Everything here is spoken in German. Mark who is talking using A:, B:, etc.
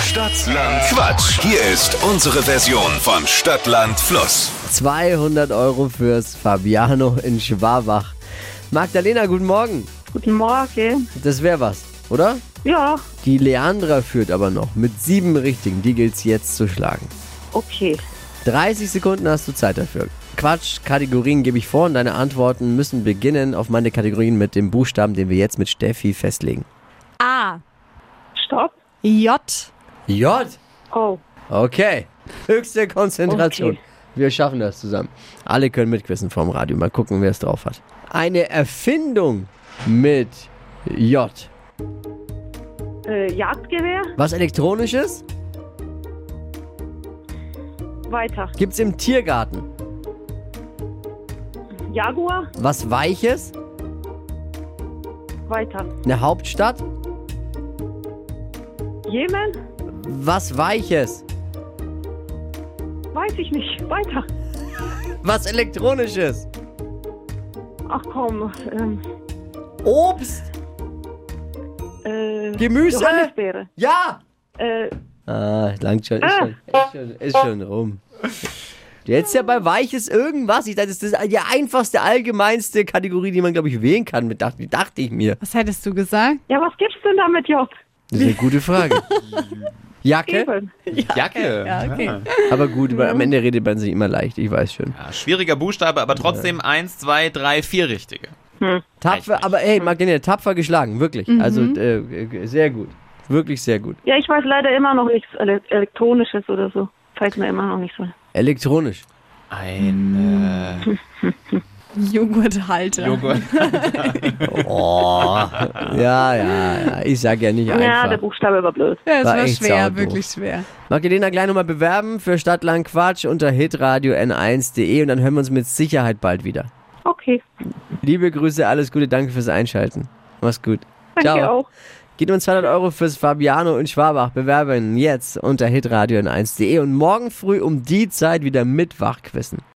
A: Stadtland Quatsch. Hier ist unsere Version von Stadtland Fluss.
B: 200 Euro fürs Fabiano in Schwabach. Magdalena, guten Morgen.
C: Guten Morgen.
B: Das wäre was, oder?
C: Ja,
B: Die Leandra führt aber noch mit sieben Richtigen. Die gilt's jetzt zu schlagen.
C: okay.
B: 30 Sekunden hast du Zeit dafür. Quatsch, Kategorien gebe ich vor und deine Antworten müssen beginnen auf meine Kategorien mit dem Buchstaben, den wir jetzt mit Steffi festlegen.
D: A.
C: Stopp.
D: J.
B: J.
C: Oh,
B: Okay. Höchste Konzentration.
C: Okay.
B: Wir schaffen das zusammen. Alle können mitquissen vom Radio. Mal gucken, wer es drauf hat. Eine Erfindung mit J.
C: äh, Jagdgewehr.
B: Was Elektronisches
C: Weiter.
B: gibt's im Tiergarten.
C: Jaguar.
B: Was Weiches,
C: Weiter.
B: eine Hauptstadt.
C: Jemen.
B: Was Weiches,
C: Weiß ich nicht. Weiter.
B: was Elektronisches.
C: Ach komm. Ähm,
B: Obst,
C: äh,
B: Gemüse?
C: Johannisbeere.
B: ja.
C: Äh,
B: Ah, langt schon, ist, schon, ist, schon, ist schon rum. Jetzt ja bei Weiches irgendwas. Ich dachte, das ist die einfachste, allgemeinste Kategorie, die man, glaube ich, wählen kann. Mit, dachte, dachte ich mir.
D: Was hättest du gesagt?
C: ja, was gibt's denn damit, Job?
B: Das ist eine gute Frage. Jacke?
C: Eben.
E: Jacke.
D: Ja, okay.
B: Aber gut, weil am Ende redet man sich immer leicht, ich weiß schon.
E: Ja, schwieriger Buchstabe, aber trotzdem eins, zwei, drei, vier richtige.
B: Tapfer, aber ey, Magdalena, tapfer geschlagen, wirklich. Also äh, äh, sehr gut. Wirklich sehr gut.
C: Ja, ich weiß leider immer noch nichts Ele Elektronisches oder so. Fällt mir immer noch nicht so.
B: Elektronisch.
E: Ein
D: Joghurthalter.
E: Joghurt.
B: Oh. ja, ja, ja, ich sag ja nicht
C: Ja, der
B: einfach.
C: Buchstabe war blöd.
D: Ja, es
B: War
D: war,
B: echt
D: schwer,
B: saudoof.
D: wirklich schwer.
B: Magdalena, gleich nochmal bewerben für Stadtland Quatsch unter hitradio n1.de und dann hören wir uns mit Sicherheit bald wieder.
C: Okay.
B: Liebe Grüße, alles Gute, danke fürs Einschalten. Mach's gut.
C: Danke auch.
B: Gib uns 200 Euro fürs Fabiano in Schwabach. Bewerben jetzt unter hitradio n1.de und morgen früh um die Zeit wieder mit Wachquissen.